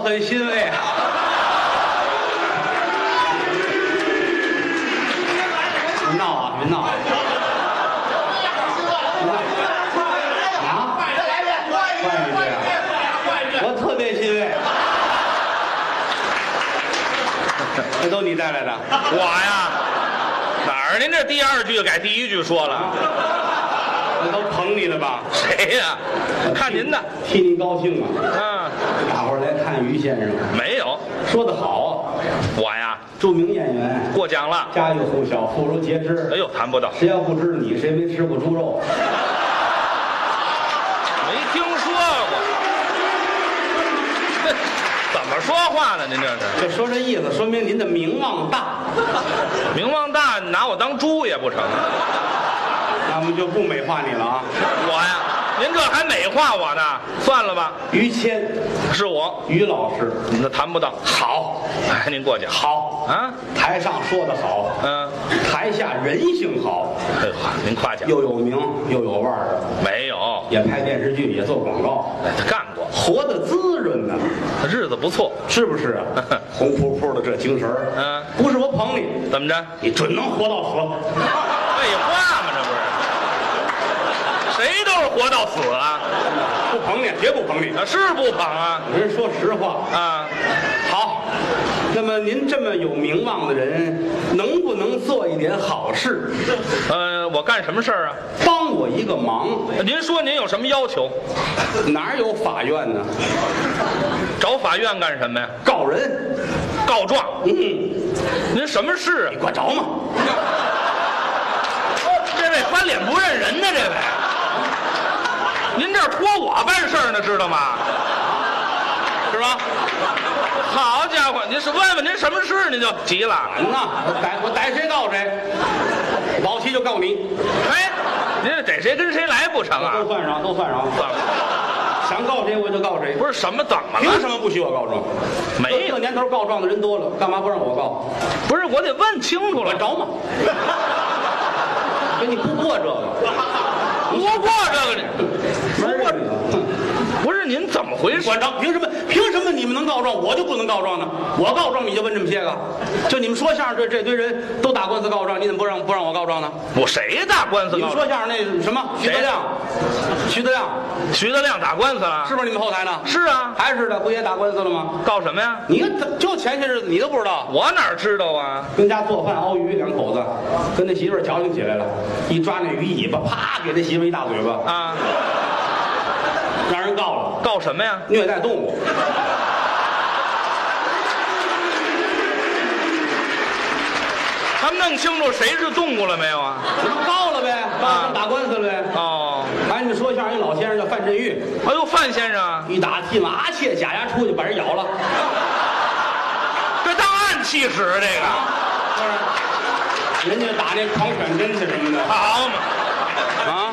很欣慰。别闹啊！别闹啊！啊！我特别欣慰。这都你带来的？我呀，哪儿？您这第二句改第一句说了，这都捧你的吧？谁呀？看您的，替您高兴啊！啊，大伙儿来看于先生，没有，说得好啊，我呀著名演员，过奖了。家喻户晓，妇孺皆知。哎呦，谈不到，谁要不知道你，谁没吃过猪肉？没听说过。哼怎么说话呢？您这是就说这意思，说明您的名望大，名望大，拿我当猪也不成。那么就不美化你了啊。我呀，您这还美化我呢？算了吧，于谦，是我，于老师，那谈不到。好，哎，您过奖。好，啊，台上说的好，嗯，台下人性好，哎呦，您夸奖又有名又有腕儿的，没有？也拍电视剧，也做广告，哎他干过，活得滋润呢，日子不错。是不是 啊？红扑扑的这精神儿，嗯不是我捧你，怎么着？你准能活到死。废话嘛，这不是？谁都是活到死啊？不捧你，绝不捧你。啊，是不捧啊？人说实话，啊，好，那么您这么有名望的人，能不能做一点好事，呃，我干什么事儿啊？帮我一个忙？您说您有什么要求？哪有法院呢？找法院干什么呀？告人，告状？嗯，您什么事啊你？管着吗？哦这位翻脸不认人呢，这位。您这儿托我办事儿呢，知道吗？是吧？好家伙，您是问问您什么事，您就急了。嗯呐，我逮我逮谁告谁，保齐就告你，哎，您这逮谁跟谁来不成啊都？算上，都算上，怎么想告谁我就告谁。不是什么怎么凭了？什么不许我告状？没这有，年头告状的人多了，干嘛不让我告？不是我得问清楚了管。着吗？ 跟你不过这个，不过这个呢，没过这个。不是您怎么回事？馆长，凭什么？凭什么你们能告状，我就不能告状呢？我告状你就问这么些个？就你们说相声这这堆人都打官司告状，你怎么不让不让我告状呢？我谁打官司你们告说相声那什么徐德亮，徐德亮徐德亮打官司了？是不是你们后台呢？是啊，还是的，不也打官司了吗？告什么呀？你看，就前些日子你都不知道，我哪知道啊？跟家做饭熬鱼，两口子跟那媳妇儿矫情起来了，一抓那鱼尾巴，啪给那媳妇儿一大嘴巴，啊，让人告了告什么呀？虐待动物。他们弄清楚谁是动物了没有啊？这不告了呗，告上打官司了呗。哦，哎，你们说相声一老先生叫范振钰，哎呦，范先生，一打替麻雀假牙出去把人咬 了，这当暗器使啊这个，人家打那狂犬针去什么的好嘛？啊。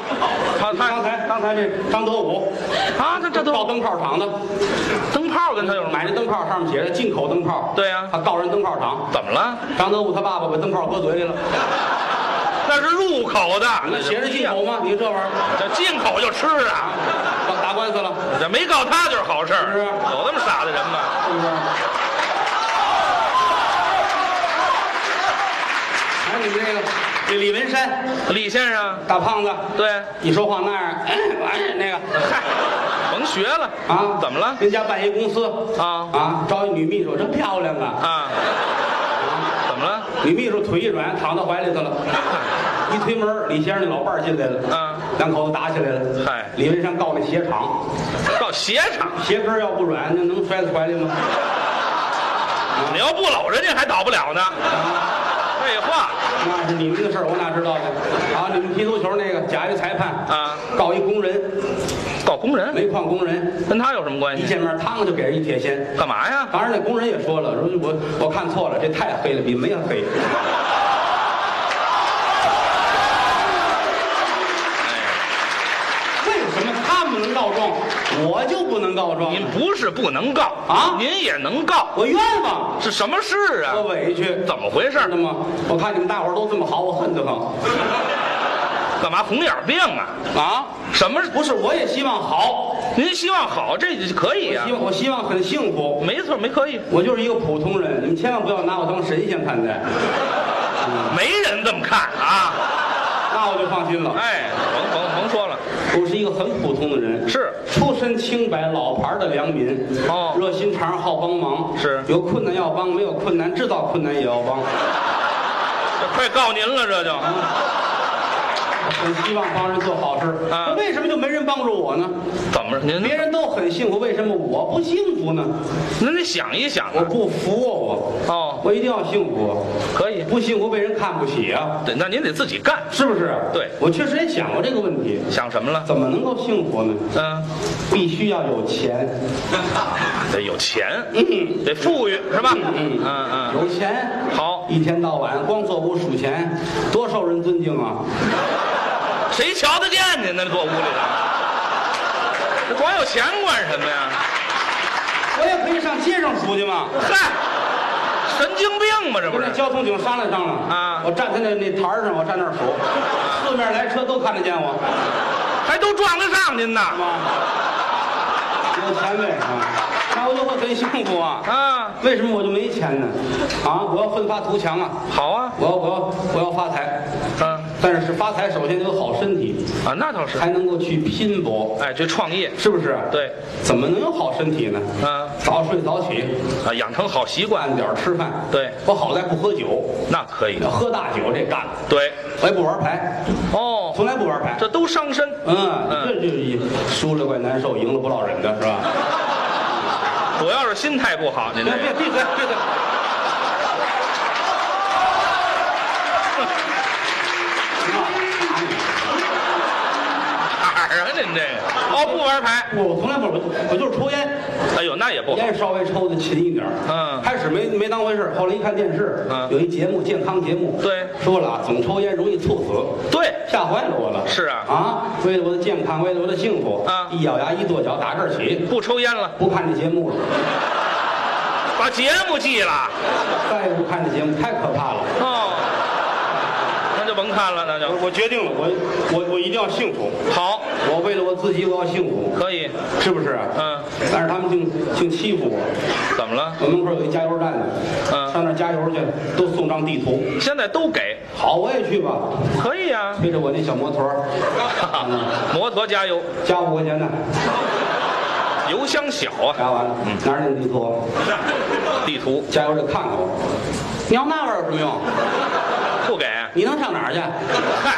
他刚他才刚才这张德武啊，这这告都灯泡厂的，灯泡跟他有什么？买那灯泡上面写着进口灯泡，对啊呀他告人灯泡厂。怎么了？张德武他爸爸把灯泡搁嘴 里了，那是入口的，那写着进口吗？你这玩意儿这进口就吃啊，打打官司了，这没告他就是好事儿，是有这么傻的人吗？是不是？还有你们这个这李文山李先生，啊大胖子，对，一说话那样，完事那个嗨，甭学了啊，怎么了？人家办一公司啊啊，招一女秘书，真漂亮啊！啊，怎么了？女秘书腿一软，躺到怀里头了。一推门，李先生那老伴儿进来了。啊，两口子打起来了。嗨李文山告那鞋厂，到鞋厂，鞋跟儿要不软，那能摔在怀里吗？ 你要不老人家还倒不了呢。废话，啊那是你们的事儿，我哪知道呢？啊，你们踢足球那个假一裁判啊，告一工人，告工人煤矿工人，跟他有什么关一系？见面，嘡就给人一铁锨。干嘛呀？当然，那工人也说了，说我我看错了，这太黑了，比煤还黑。哎，为什么他们能告状，我就不能告状呢？您不是不能告啊您也能告，我冤枉，是什么事啊我？委屈，怎么回事知？道吗？我看你们大伙儿都这么好，我恨得很干嘛红眼病啊？啊！什么？不是，我也希望好，您希望好，这就可以啊希。望我希望很幸福，没错，没可以，我就是一个普通人，你们千万不要拿我当神仙看待，没人这么看啊。那我就放心了。哎，甭甭甭说了，我是一个很普通的人，是出身清白，老牌的良民，哦热心肠，好帮忙，是有困难要帮，没有困难制造困难也要帮，这快告您了，这就很希望帮人做好事。啊为什么就没人帮助我呢？怎么着？您别人都很幸福，为什么我不幸福呢？您得想一想我啊。不服啊，我哦，我一定要幸福，啊可以，不幸福被人看不起啊，对，那您得自己干。是不是？对我确实也想过这个问题，想什么了？怎么能够幸福呢？嗯，必须要有钱，啊得有钱，嗯得富裕，是吧？嗯嗯嗯，有钱，好，一天到晚光坐屋数钱，多受人尊敬啊！谁瞧得见您呢？坐屋里头，这光有钱管什么呀？我也可以上街上数去嘛。嗨，神经病吧，这不跟是那？交通警商量商量啊我站在那那台儿上，我站那儿数，四面来车都看得见我，还都撞得上您呢？是吗？有钱呗啊，那我就会很幸福啊！啊，为什么我就没钱呢？啊，我要奋发图强啊！好啊，我要我要我要发财，嗯但是发财首先得有好身体，啊，那倒是，才能够去拼搏，哎，这创业，是不是？，对，怎么能有好身体呢？啊早睡早起，啊，养成好习惯，按点儿吃饭。对我好在不喝酒，那可以，喝大酒这干了。对，我也不玩牌，哦，从来不玩牌。这都伤身，嗯，嗯这就一输了怪难受，赢了不落忍的是吧？主要是心态不好，您别这别个闭嘴闭嘴！哪儿啊？您这个哦，不玩牌，我我从来不我我就是抽烟，哎呦，那也不好，烟稍微抽的勤一点儿。嗯开始没没当回事儿，后来一看电视，嗯有一节目健康节目，对说了啊，总抽烟容易猝死，对，吓坏了我了。是啊啊，为了我的健康，为了我的幸福，啊一咬牙一跺脚，打这儿起不抽烟了，不看这节目了，把节目记了。再也不看这节目，太可怕了。哦，那就甭看了，那就呃我我决定了，我我我一定要幸福，好，我为了我自己，我要幸福，可以，是不是啊？嗯，但是他们净净欺负我。怎么了？我门口有一加油站的，嗯上那儿加油去，都送张地图。现在都给，好，我也去吧，可以啊。 推着我那小摩托儿，摩托加油，嗯加五块钱呢，油箱小啊，加完了，拿着那个地图，地图加油站看看我。你要那玩意儿有什么用？不给，你能上哪儿去？嗨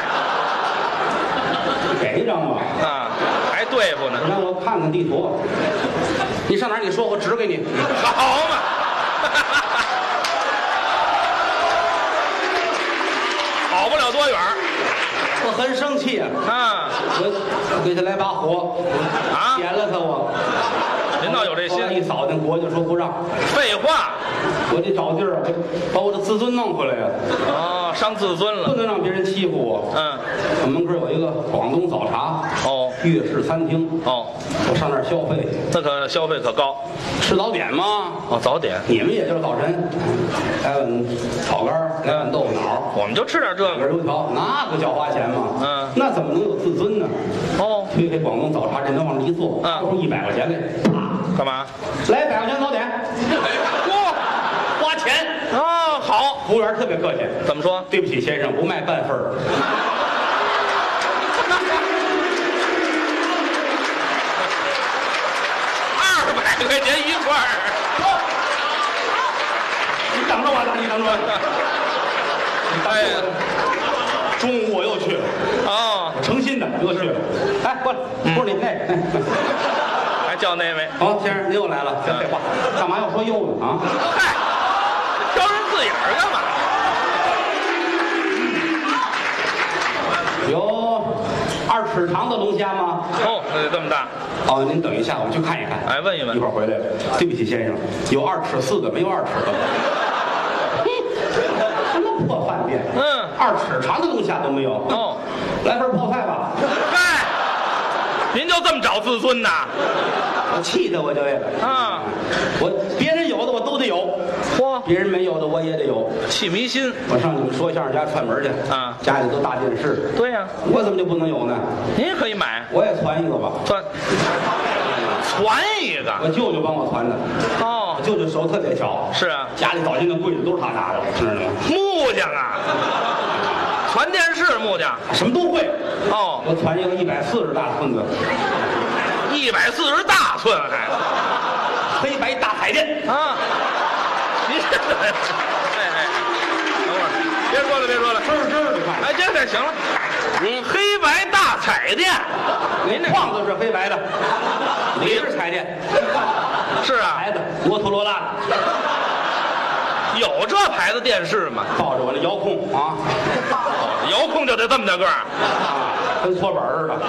给一张吧，啊，还对付呢，让我看看地图。你上哪儿？你说我指给你。好嘛。 跑不了多远儿我很生气啊，啊我给他来把火，啊！点了他我。您倒有这后来一心，扫那国家说不让，废话我得找地儿，我把我的自尊弄回来呀、哦，伤自尊不了。能让别人欺负我。嗯，我门口有一个广东早茶，哦粤式餐厅，哦，我上那儿消费，那可消费可高吃早点嘛。哦，早点。你们也就是早晨，来碗炒肝儿，来碗豆腐脑，我们就吃点这两个根油条，那不叫花钱吗？嗯那怎么能有自尊呢？哦，推开广东早茶这门往这一坐，嗯掏出一百块钱来，啪，干嘛？来一百块钱 早点，哇花钱。啊，好，服务员特别客气，怎么说？对不起先生，不卖半份儿。二百块钱一块儿，你等着我，你等着我。哎呀，中午我又去了。哦，诚心的，又去了。哎，过来，不是你那个。还叫那位，好、先生，您又来了，别哎废话，干嘛要说又呢？啊，嗨，挑人字眼儿干嘛？有二尺长的龙虾吗？哦，那就这么大，哦，您等一下，我去看一看。哎，问一一问会，儿回来了。对不起，先生，有二尺四的，没有二尺的。哼 什么破饭店？嗯二尺长的龙虾都没有。哦， 来份泡菜吧。嗨，您就这么找自尊呐？我气得我就累了。啊，我别人有的我都得有，嚯，别人没有的我也得有。气迷心，我上你们说相声家串门去啊家里都大电视，对呀、我怎么就不能有呢？您也可以买，我也传一个吧，算，传一我个。舅舅帮我传的，我哦，舅舅手特别巧，是啊家里早先的柜子都是他拿的，知道吗？木匠啊，传电视木匠。什么都会。哦，我传一个一百四十大寸的一百四十大寸还黑白大彩电， 啊？你这，哎哎，等会儿，别说了，别说了。吱吱的看。哎，这这行了，你黑白大彩电，您这框子是黑白的，里边是彩电，是啊，牌子摩托罗拉的有这牌子电视吗？抱着我那遥控啊，遥控哦就得这么大个儿，啊跟搓板儿似的，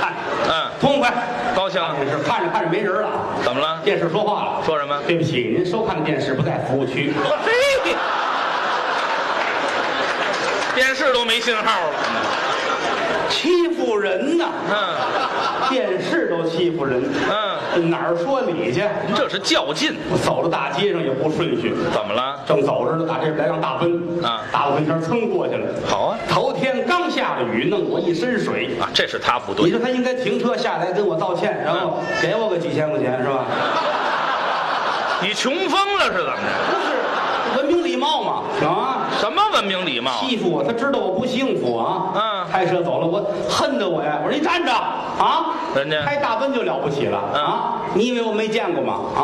看嗯，痛快。高兴看电视看着看着没人了，怎么了？电视说话了，说什么？对不起，您收看的电视不在服务区。嘿，电视都没信号了，欺负人 呐！嗯电视都欺负人，嗯，哪儿说理去？您这是较劲，我走到大街上也不顺序，怎么了？正走着呢，打这边来辆大奔啊大奔天噌过去了。好啊，头天刚下了雨，弄我一身水。啊，这是他不你对，说他应该停车下来跟我道歉，然后给我个几千块钱是吧？你穷疯了是怎么着？不是，文明礼貌嘛啊！什么文明礼貌？欺负我，他知道我不幸福啊！嗯开车走了，我恨得我呀！我说你站着啊！人家开大奔就了不起了、嗯啊！你以为我没见过吗？啊！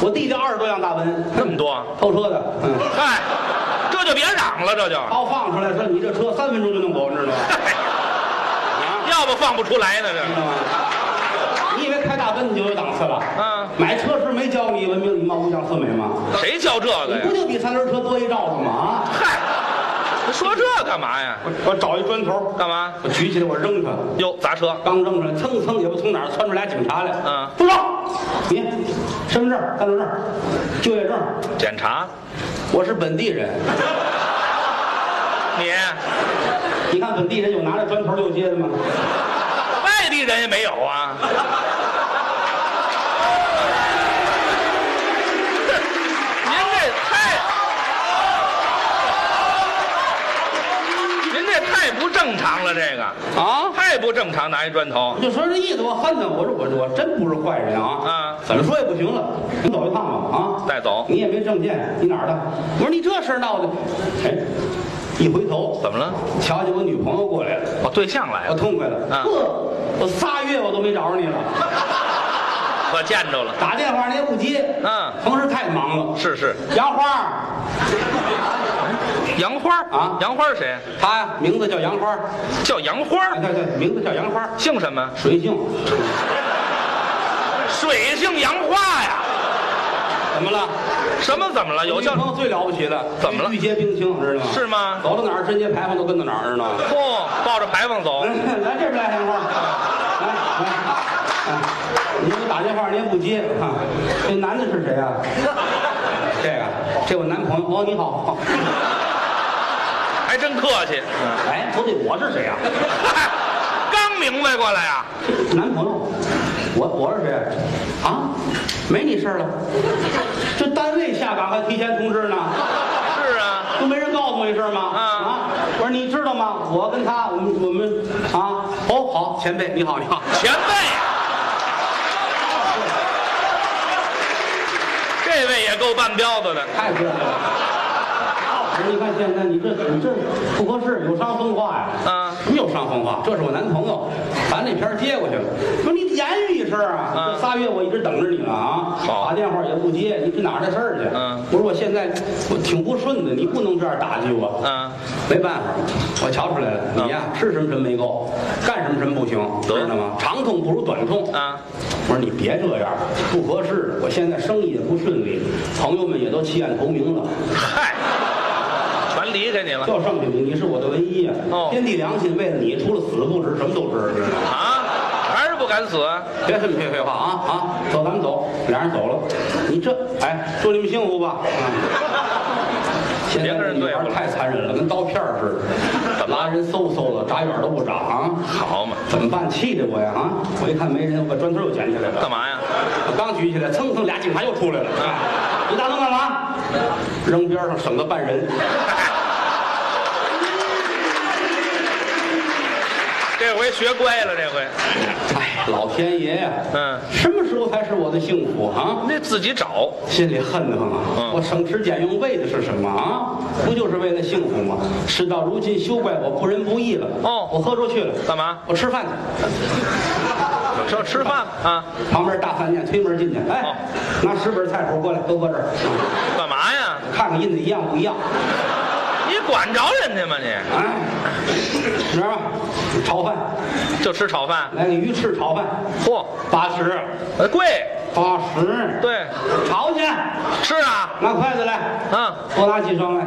我弟弟二十多辆大奔，那么多，偷车的，嗯，嗨，这就别嚷了，这就，把我放出来说你这车三分钟就弄走，你 知道吗？啊，要不放不出来呢，知这道吗？你以为开大奔你就有档次了？嗯，买车时没教你文明礼貌、五讲四美吗？谁教这你个呀不？就比三轮车多一罩子吗？啊！嗨，说这干嘛呀？我我找一砖头，干嘛？我举起来，我扔它，哟，砸车！刚扔上，蹭蹭也不从哪儿窜出俩警察来。嗯住手！你身份证、三轮证、就业证，检查我是本地人。你，你看本地人有拿着砖头溜街的吗？外地人也没有啊？ 您这太，您这太不正常了，这个啊！太不正常，拿一砖头我就说这意思，我恨他，我说我我真不是坏人啊，嗯怎么说也不行了，你走一趟吧，啊，带走，你也没证件，你哪儿的？我说你这事儿闹的，哎，一回头，怎么了？瞧见我女朋友过来了，哎哦，对象来我了，痛快了，嗯呵，我仨月我都没找着你了，可见着了，打电话你也不接，嗯平时太忙了。是是，杨花，杨花啊杨花是谁？她呀名字叫杨花，叫杨花，哎对对，名字叫杨花，姓什么？水性。水性杨花呀？怎么了？什么怎么了？有女叫朋友最了不起的，怎么了御街冰清，知道吗？是吗？走到哪儿贞节牌坊都跟到哪儿，知道吗？哦，抱着牌坊走来，来这边来，杨花，来来，哎你给我打电话您也不接啊？这男的是谁 啊？这个，这我男朋友。哦，你 好。还真客气。哎，不对，我是谁啊？嗨 刚明白过来啊呀、 男朋友，我我是谁啊？啊，没你事儿了。这单位下岗还提前通知呢，是啊，都没人告诉我一声吗？啊我说你知道吗？我跟他，我们我们啊，哦好，前辈你好你好，前辈。这位也够半彪子的，太客气了。我说你看现在你这你这不合适，有伤风化呀。啊什么有伤风化？这是我男朋友，咱那边接过去了。说你言语一声啊，嗯这仨月我一直等着你呢啊，好打电话也不接，你这哪儿的事儿去？嗯我说我现在我挺不顺的，你不能这样打击我。嗯，没办法，我瞧出来了，嗯你呀、吃什么什么没够，干什么什么不行，得知道吗？长痛不如短痛啊！我说你别这样，不合适。我现在生意也不顺利，朋友们也都弃暗投明了，嗨，全离开你了就剩下你，你是我的唯一啊！哦天地良心，为了你，除了死不值，什么都值，知道吗？啊，还是不敢死，别这么些废话啊啊！走，咱们走，俩人走了。你这哎，祝你们幸福吧。啊、现在别跟这人女对付孩了太残忍了，跟刀片儿似的，拉人嗖嗖的，眨眼儿都不眨啊！好嘛，怎么办？气的我呀啊！我一看没人，我把砖头又捡起来了。干嘛呀？啊我刚举起来，蹭蹭俩警察又出来了。嗯哎你打算干嘛？扔边上省得绊人。这回学乖了，这回哎，老天爷呀、嗯什么时候才是我的幸福啊？那自己找，心里恨得慌啊！嗯我省吃俭用为的是什么啊？不就是为了幸福吗？事到如今，休怪我不仁不义了。哦我喝出去了，干嘛？我吃饭去。这要吃饭啊？旁边大饭店推门进去，哎，哦拿十本菜谱过来，都搁这儿，干嘛呀？看看印的一样不一样。你管着人家吗你？哎，明儿吧，炒饭，就吃炒饭，来个鱼翅炒饭，嚯，八十，呃贵，八十，，对，炒去，吃啊，拿筷子来，嗯，多拿几双来。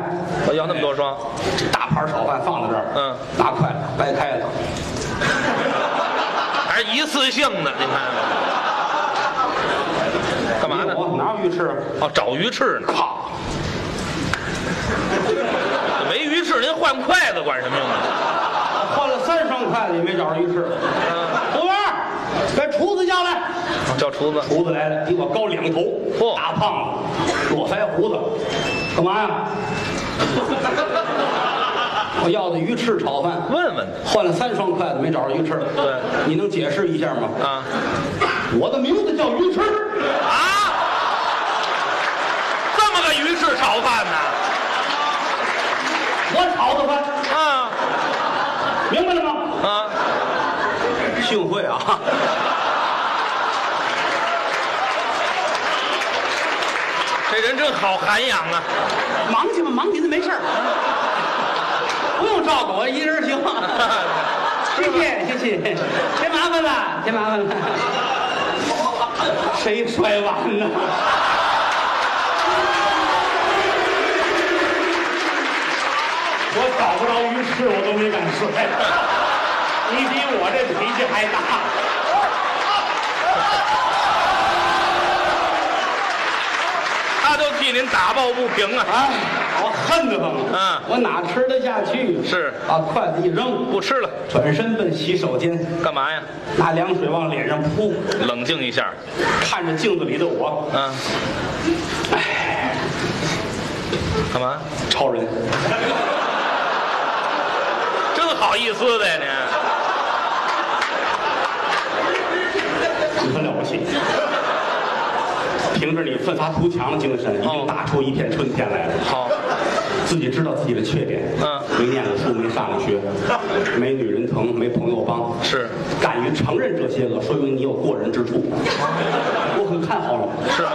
我哎要那么多双，这大盘炒饭放在这儿，嗯，拿筷子掰开了，还是一次性的，你看看，干嘛没？呢有啊哪有鱼翅啊？啊哦，找鱼翅呢？靠，没鱼翅，您换筷子管什么用啊？换了三双筷子也没找着鱼翅。服务员，把厨子叫来。嗯叫厨子，厨子来了，比我高两头，嚯大胖子，络腮胡子，干嘛呀？ 我要的鱼翅炒饭，问问换了三双筷子没找着鱼翅。对，你能解释一下吗？他啊我的名字叫鱼翅，啊，这么个鱼翅炒饭呢？我炒的饭，啊明白了吗？啊，幸会啊！这人真好涵养啊！ 忙去吧，忙您的没事 儿，不用照顾我，一人行。谢谢谢谢，别麻烦了，别麻烦了。谁摔碗呢？我找不着鱼翅，我都没敢摔。你比我这脾气还大。他都替您打抱不平啊！哎，我恨得慌。嗯我哪吃得下去？是把筷子一扔，不吃了，转身奔洗手间。干嘛呀？拿凉水往脸上扑，冷静一下，看着镜子里的我，嗯、啊，哎干嘛？超人，真好意思的呀你很了不起。 凭着你奋发图强的精神，已哦经打出一片春天来了你！。好，自己知道自己的缺点，嗯没念过书，没上过 学，没女人疼，没朋友帮，是敢于承认这些个，说明你有过人之 处。我很看好你，是吗？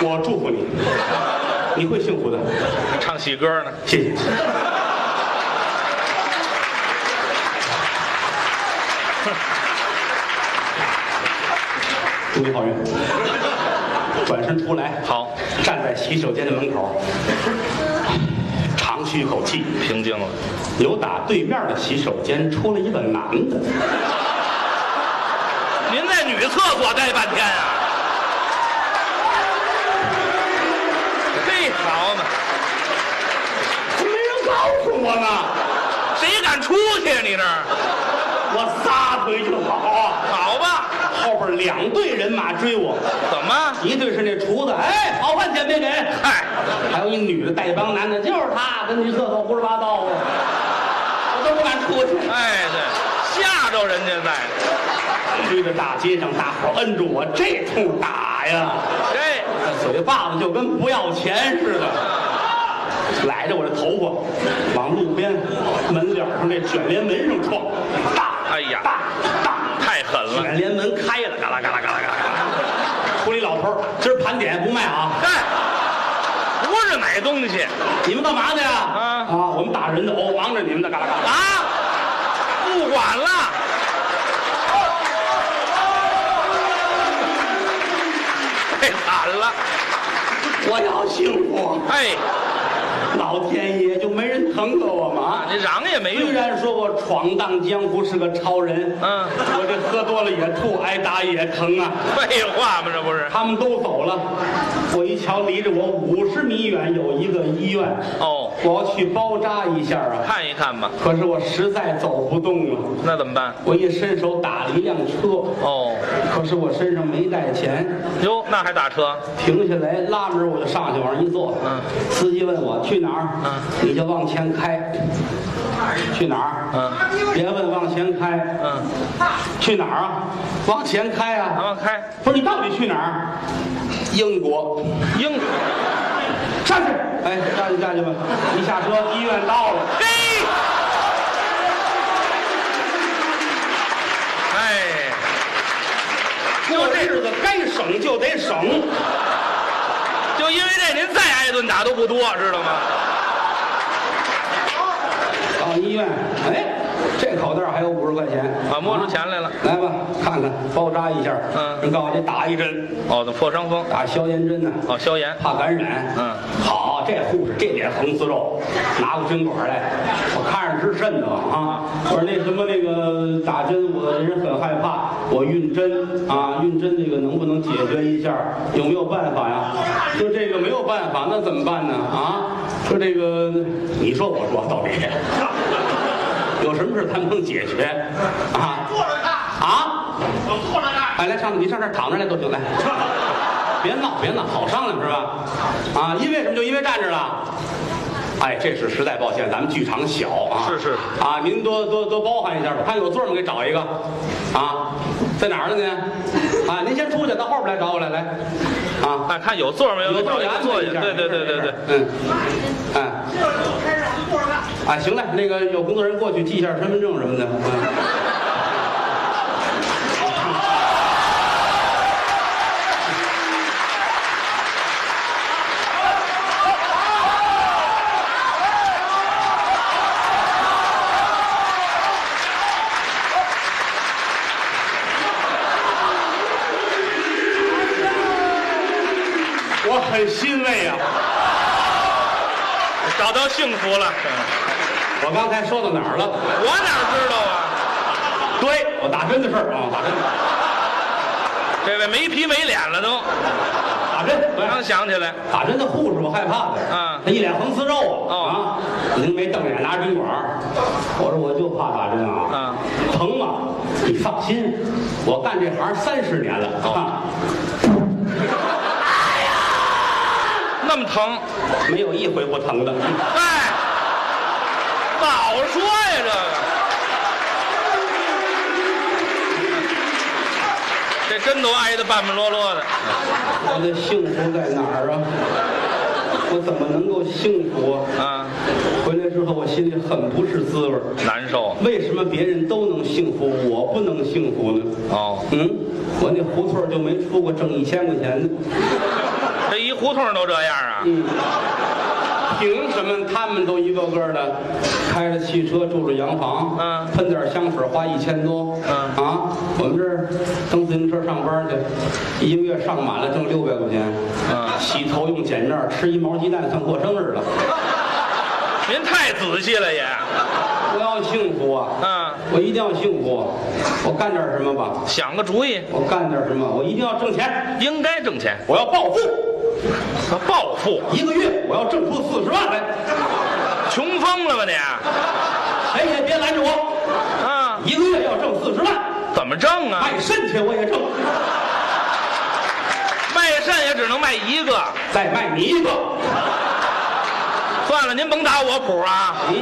我祝福你，你会幸福的。唱喜歌呢？谢 谢。祝你好运。转身出来，好，站在洗手间的门口，长吁一口气。平静了，扭打对面的洗手间出来一个男的，您在女厕所待半天啊？嘿，好嘛，没人告诉我呢，谁敢出去啊？你这儿我撒腿就跑，好吧？后边两队人马追我，怎么？一队是那厨子，哎，好饭钱没给。嗨，还有一女的带一帮男的，就是他跟女厕所胡说八道，我我都不敢出去。哎，对，吓着人家在。追着大街上，大伙摁住我，这通打呀，哎，这嘴巴子就跟不要钱似的，揽着我这头发往路边门脸上那卷帘门上撞，大哎呀大大，太狠了！卷帘门开了，嘎啦嘎啦嘎啦嘎啦嘎啦，出来一老头儿，今儿盘点不卖啊，哎，不是买东西你们干嘛的呀？啊啊，我们打人的，哦，忙着你们的，嘎啦嘎啦。啊，不管了。太惨了！我要幸福，哎，老天爷就没人疼过我吗？你嚷也没虽用。然说我闯荡江湖是个超人，嗯我这喝多了也吐，挨打也疼啊。废话嘛，这不是？他们都走了，我一瞧，离着我五十米远有一个医院，哦，我要去包扎一下啊。看一看吧，可是我实在走不动了，那怎么办？我一伸手打了一辆车，哦，可是我身上没带钱，哟，那还打车？停下来拉着我就上去往上一坐。嗯，司机问我去哪儿，嗯你就往前开。去哪儿？嗯，别问往前开，嗯，去哪儿啊？往前开咱啊！们开不是你到底去哪儿？英国。英，上去，哎，下去下去吧。一下车，医院到了。嘿，哎，过日子该省就得省，就因为这，您再挨顿打都不多，知道吗？到医院，哎，这口袋还有五十块钱啊，摸出钱来了。来吧，看看包扎一下。嗯人告诉我得打一针，哦，那破伤风，打消炎针呢、哦，消炎，怕感染。嗯好，这护士这脸横丝肉，拿过针管来，我看着直瘆得慌啊！我说那什么那个打针，我人很害怕，我晕针啊，晕针这个能不能解决一下？有没有办法呀？说这个没有办法，那怎么办呢？啊，说这个你说我说到底。有什么事咱们能解决啊？坐着看啊！我坐着看。哎，来上你上这儿躺着来都行，来。 别闹，别闹，好商量是吧？啊，因为什么就因为站着了。哎，这是实在抱歉，咱们剧场小啊。是是啊，您多多多包涵一下吧。看有座儿吗？给找一个。啊，在哪儿呢您？啊，您先出去，到后边来找我来来。啊，哎，看有座没有？有座儿找一给个安坐排下一下。对对对对对，嗯，哎。啊，行了，那个有工作人员过去记一下身份证什么的。啊我很欣慰啊呀、找到幸福了。我刚才说到哪儿了？我哪知道啊？对，我打针的事儿啊，打针，这位没皮没脸了都，打针，对刚想起来，打针的护士我害怕的，嗯他一脸横丝肉哦啊，您没瞪眼拿针管儿，我说我就怕打针嗯啊，疼吗？你放心，我干这行三十年了哦啊，那么疼，没有一回不疼的。哎，早说呀这个，这真都挨得半半落落的。我的幸福在哪儿啊？我怎么能够幸福啊？啊，回来之后我心里很不是滋味儿，难受为什么别人都能幸福，我不能幸福呢？哦，嗯，我那胡同儿就没出过挣一千块钱的。这一胡同都这样啊？嗯，凭什么他们都一个个的开着汽车，住着洋房，嗯喷点香水花一千多，嗯啊，我们这儿蹬自行车上班去，一个月上满了挣六百块钱，嗯洗头用碱面儿，吃一毛鸡蛋算过生日了，您太仔细了也，我要幸福啊，啊，我一定要幸福，我干点什么吧，想个主意，我干点什么，我一定要挣钱，应该挣钱，我要暴富，暴富，一个月我要挣出四十万来，穷疯了吧你？谁也哎别拦着我，啊，一个月要挣四十万。怎么挣啊？卖肾去我也挣，卖肾也只能卖一个。再卖你一个。算了，您甭打我谱啊，嗯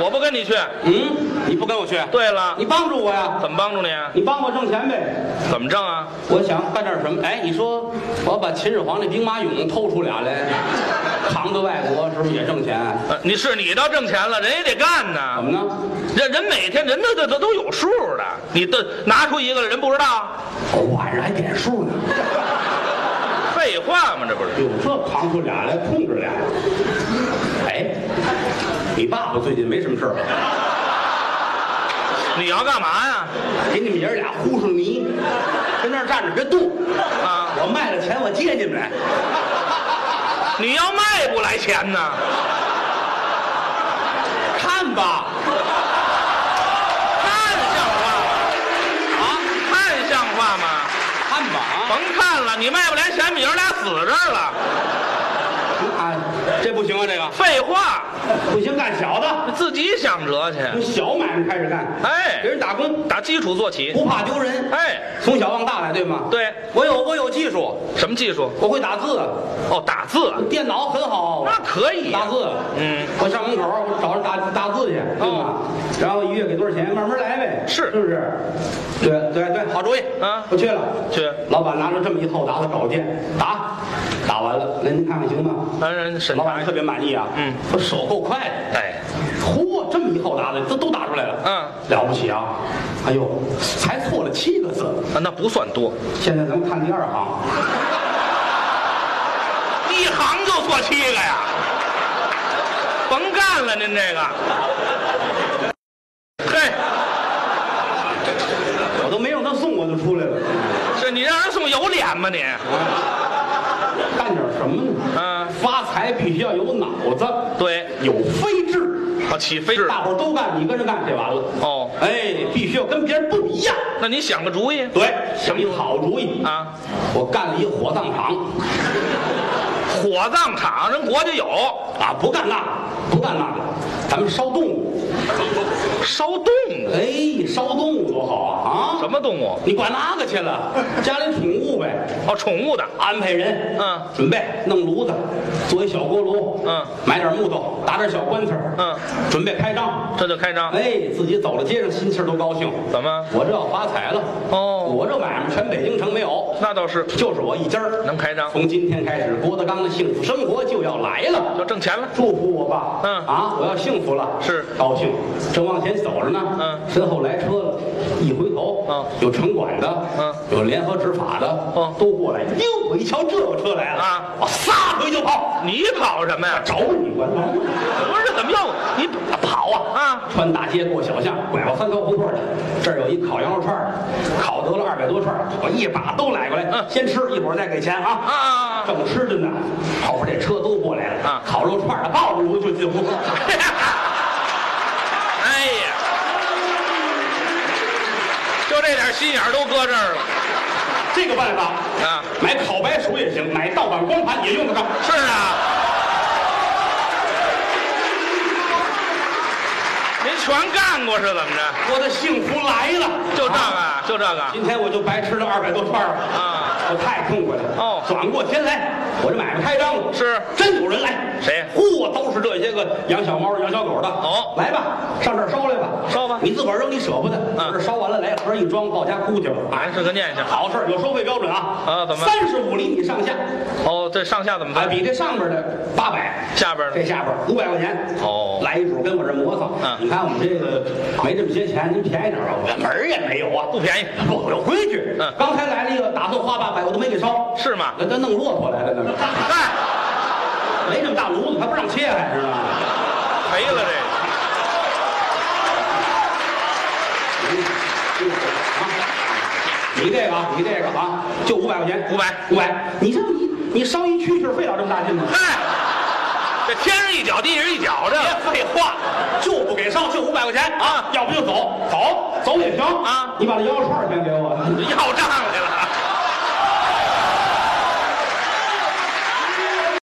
我不跟你去。嗯，你不跟我去？对了，啊你帮助我呀，怎么帮助你啊？你帮我挣钱呗。怎么挣啊？我想干点什么？哎，你说我把秦始皇那兵马俑偷出俩来，扛到外国是不是也挣钱？呃你是你倒挣钱了，人也得干怎呐。么呢？人人每天人都都都都有数的，你都拿出一个来，人不知道，我晚上还点数呢。废话嘛，这不是？哟，这扛出俩来，控制俩。哎，你爸爸最近没什么事儿吧？你要干嘛呀？给你们爷儿俩呼上泥，跟那儿站着别动。啊，我卖了钱，我接你们来。你要卖不来钱呢？看吧，看像话吗？啊，看像话吗？看吧啊。甭看了，你卖不来钱，你爷俩死这儿了。这不行啊，这个废话，不行，干小的，自己想辙去。从小买卖开始干，哎给，人打工打基础做起。不怕丢人，哎，从小往大来，对吗？，对，我有我有技术，什么技术？我会打字，哦，打字啊，电脑很好，那可以打呀。字。嗯，我上门口，我找人打打字去，对吧？然后一月给多少钱，慢慢来呗，哦是是不是？对对对，好主意啊我去了，去老板拿着这么一套打子稿件，打，打完了，来您看看行吗？让人审老查板一特下。别满意啊，嗯，说手够快的，哎，嚯，这么一套打的都都打出来了，嗯，了不起啊！哎呦，才错了七个字。啊那不算多，现在咱们看第二行，一行就错七个呀，甭干了，您这个。嘿，我都没让他送，我就出来了。这你让人送有脸吗你？干点什么呢？嗯，发财必须要有脑子，对，有飞智。啊，起飞制。大伙儿都干，你跟着干，这完了。哦，哎，必须要跟别人不一样。那你想个主意对，想一好主意！啊？我干了一火葬场火葬场人国家有啊，不干那个，不干那个，咱们烧动物。烧动物，哎，烧动物多好啊！啊，什么动物？你管那个去了？ 家里宠物呗，哦，宠物的。安排人，嗯准备弄炉子，做一小锅炉，嗯，买点木头，搭点小棺材，嗯，准备开张。这就开张。哎，自己走到街上，心气儿都高兴。怎么？我这要发财了哦我这买卖全北京城没有，那倒是就是我一家儿能开张，从今天开始，郭德纲的幸福生活就要来了。就挣钱了。祝福我吧，嗯啊，我要幸福了，是高兴。正往前走着呢，嗯身后来车了，一回头，嗯有城管的，嗯有联合执法的，嗯都过来。哟，我一瞧这有车来了，啊我撒腿就跑，你跑什么呀？找你管他呢，不是怎么又你跑啊啊？穿大街过小巷，拐过三条胡同去。这儿有一烤羊肉串儿，烤得了二百多串儿，我一把都揽过来，嗯先吃，一会儿再给钱啊。啊啊啊！正吃着呢，后边这车都过来了，啊烤肉串儿的抱着我就进屋。哎呀，就这点心眼儿都搁这儿了这个办法啊！买烤白薯也行，买盗版光盘也用得上。是啊，您全干过是怎么着？我的幸福来了，就这个，啊就这个今天我就白吃了二百多串了，啊！我太痛快了。哦转过天来，我这买卖开张了，是真有人来。谁嚯，都是这些个养小猫、养小狗的。哦来吧，上这儿烧来吧，烧吧你自个儿扔，你舍不得。嗯我这烧完了，来盒一装，到家哭去吧。啊，俺是个念想。好事儿有收费标准啊。啊怎么三十五厘米上下，哦，这上下怎么啊，分？比这上边的八百。下边这呢？下边五百块钱哦来一主跟我这磨蹭。嗯你看我们这个没这么些钱，您便宜点吧，我门儿也没有啊，不便宜，不有规矩。嗯刚才来了一个，打算花八百，我都没给烧，是吗？那他弄骆驼来了呢，哎，没这么大炉子，他不让切还知道吗？赔了这你这个啊，你这个啊，就五百块钱，个五百。五百，你这你你烧一蛐蛐儿费了这么大劲吗？嗨，哎这天上一脚，地上一脚，这个废话，就不给烧，就五百块钱啊要不就走，走走也行啊你把这腰串儿先给我。要账来了。